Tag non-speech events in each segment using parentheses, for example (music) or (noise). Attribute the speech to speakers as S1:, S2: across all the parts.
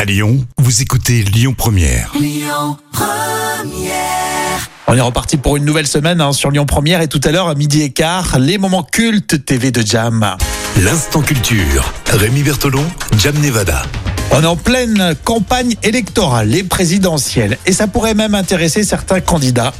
S1: À Lyon, vous écoutez Lyon Première.
S2: On est reparti pour une nouvelle semaine hein, sur Lyon Première et tout à l'heure à midi et quart, les moments cultes TV de Jam.
S1: L'instant culture. Rémi Bertolon, Jam Nevada.
S2: On est en pleine campagne électorale et présidentielle et ça pourrait même intéresser certains candidats.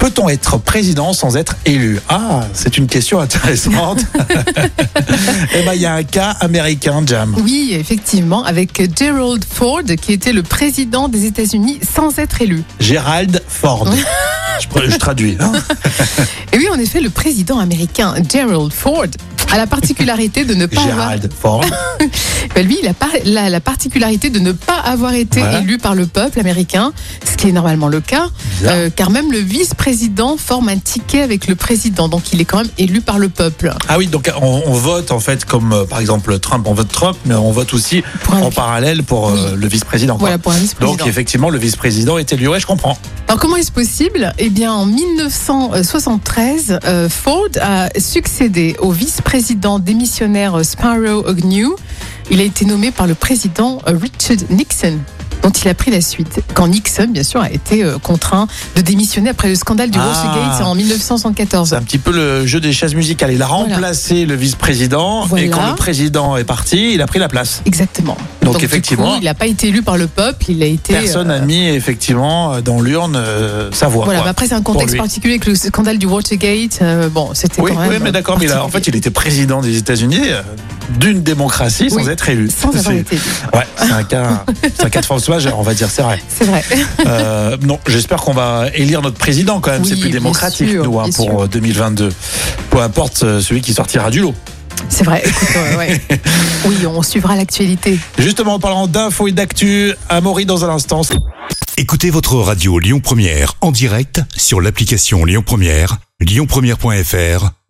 S2: Peut-on être président sans être élu Ah, c'est une question intéressante. Eh ben, il y a un cas américain, Jam.
S3: Oui, effectivement, avec Gerald Ford, qui était le président des États-Unis sans être élu.
S2: Gerald Ford. Je, pr- je traduis. hein.
S3: Et oui, en effet, le président américain Gerald Ford a la particularité de ne pas avoir.
S2: Gerald Ford.
S3: Ben, lui, il a par- la, la particularité de ne pas avoir été
S2: Ouais.
S3: élu par le peuple américain, ce qui est normalement le cas,
S2: Bizarre.
S3: euh, car même le vice-président forme un ticket avec le président, donc il est quand même élu par le peuple.
S2: Ah oui, donc on, on vote en fait comme euh, par exemple Trump, on vote Trump, mais on vote aussi
S3: Pour un-
S2: en parallèle pour euh,
S3: Oui.
S2: le vice-président. quoi.
S3: Voilà pour un vice-président.
S2: Donc effectivement, le vice-président est élu. Ouais, je comprends.
S3: Alors comment est-ce possible Eh bien en 1973, euh, Ford a succédé au vice-président démissionnaire euh, Sparrow Agnew. Il a été nommé par le président euh, Richard Nixon dont il a pris la suite, quand Nixon, bien sûr, a été euh, contraint de démissionner après le scandale du
S2: Ah.
S3: Watergate en 1974.
S2: C'est un petit peu le jeu des chaises musicales. Il a
S3: Voilà.
S2: remplacé le vice-président et
S3: Voilà.
S2: quand le président est parti, il a pris la place.
S3: Exactement.
S2: Donc,
S3: du
S2: effectivement.
S3: coup, il n'a pas été élu par le peuple, il a été...
S2: Personne
S3: euh,
S2: n'a mis effectivement dans l'urne euh, sa voix.
S3: voilà,
S2: quoi.
S3: bah, mais après c'est un
S2: Pour
S3: contexte
S2: lui.
S3: particulier avec le scandale du Watergate. euh, bon, c'était
S2: oui,
S3: quand même.
S2: oui, mais d'accord, mais il a- en fait, il
S3: particulier.
S2: était président des États-Unis euh, d'une démocratie sans
S3: Oui,
S2: être élu.
S3: sans avoir
S2: C'est-
S3: été élu.
S2: Ouais, c'est un cas, c'est
S3: (laughs)
S2: un cas de force majeure, on va dire, c'est vrai.
S3: C'est vrai.
S2: Euh, non, j'espère qu'on va élire notre président quand même.
S3: Oui,
S2: c'est plus
S3: bien
S2: démocratique,
S3: sûr,
S2: nous, hein,
S3: bien
S2: pour
S3: sûr.
S2: euh, 2022. Peu importe euh, celui qui sortira du lot.
S3: C'est vrai, écoute, ouais, ouais. Oui, on suivra l'actualité.
S2: Justement, en parlant d'infos et d'actu, Amaury dans un instant.
S1: Écoutez votre radio Lyon Première en direct sur l'application Lyon Première, lyonpremière.fr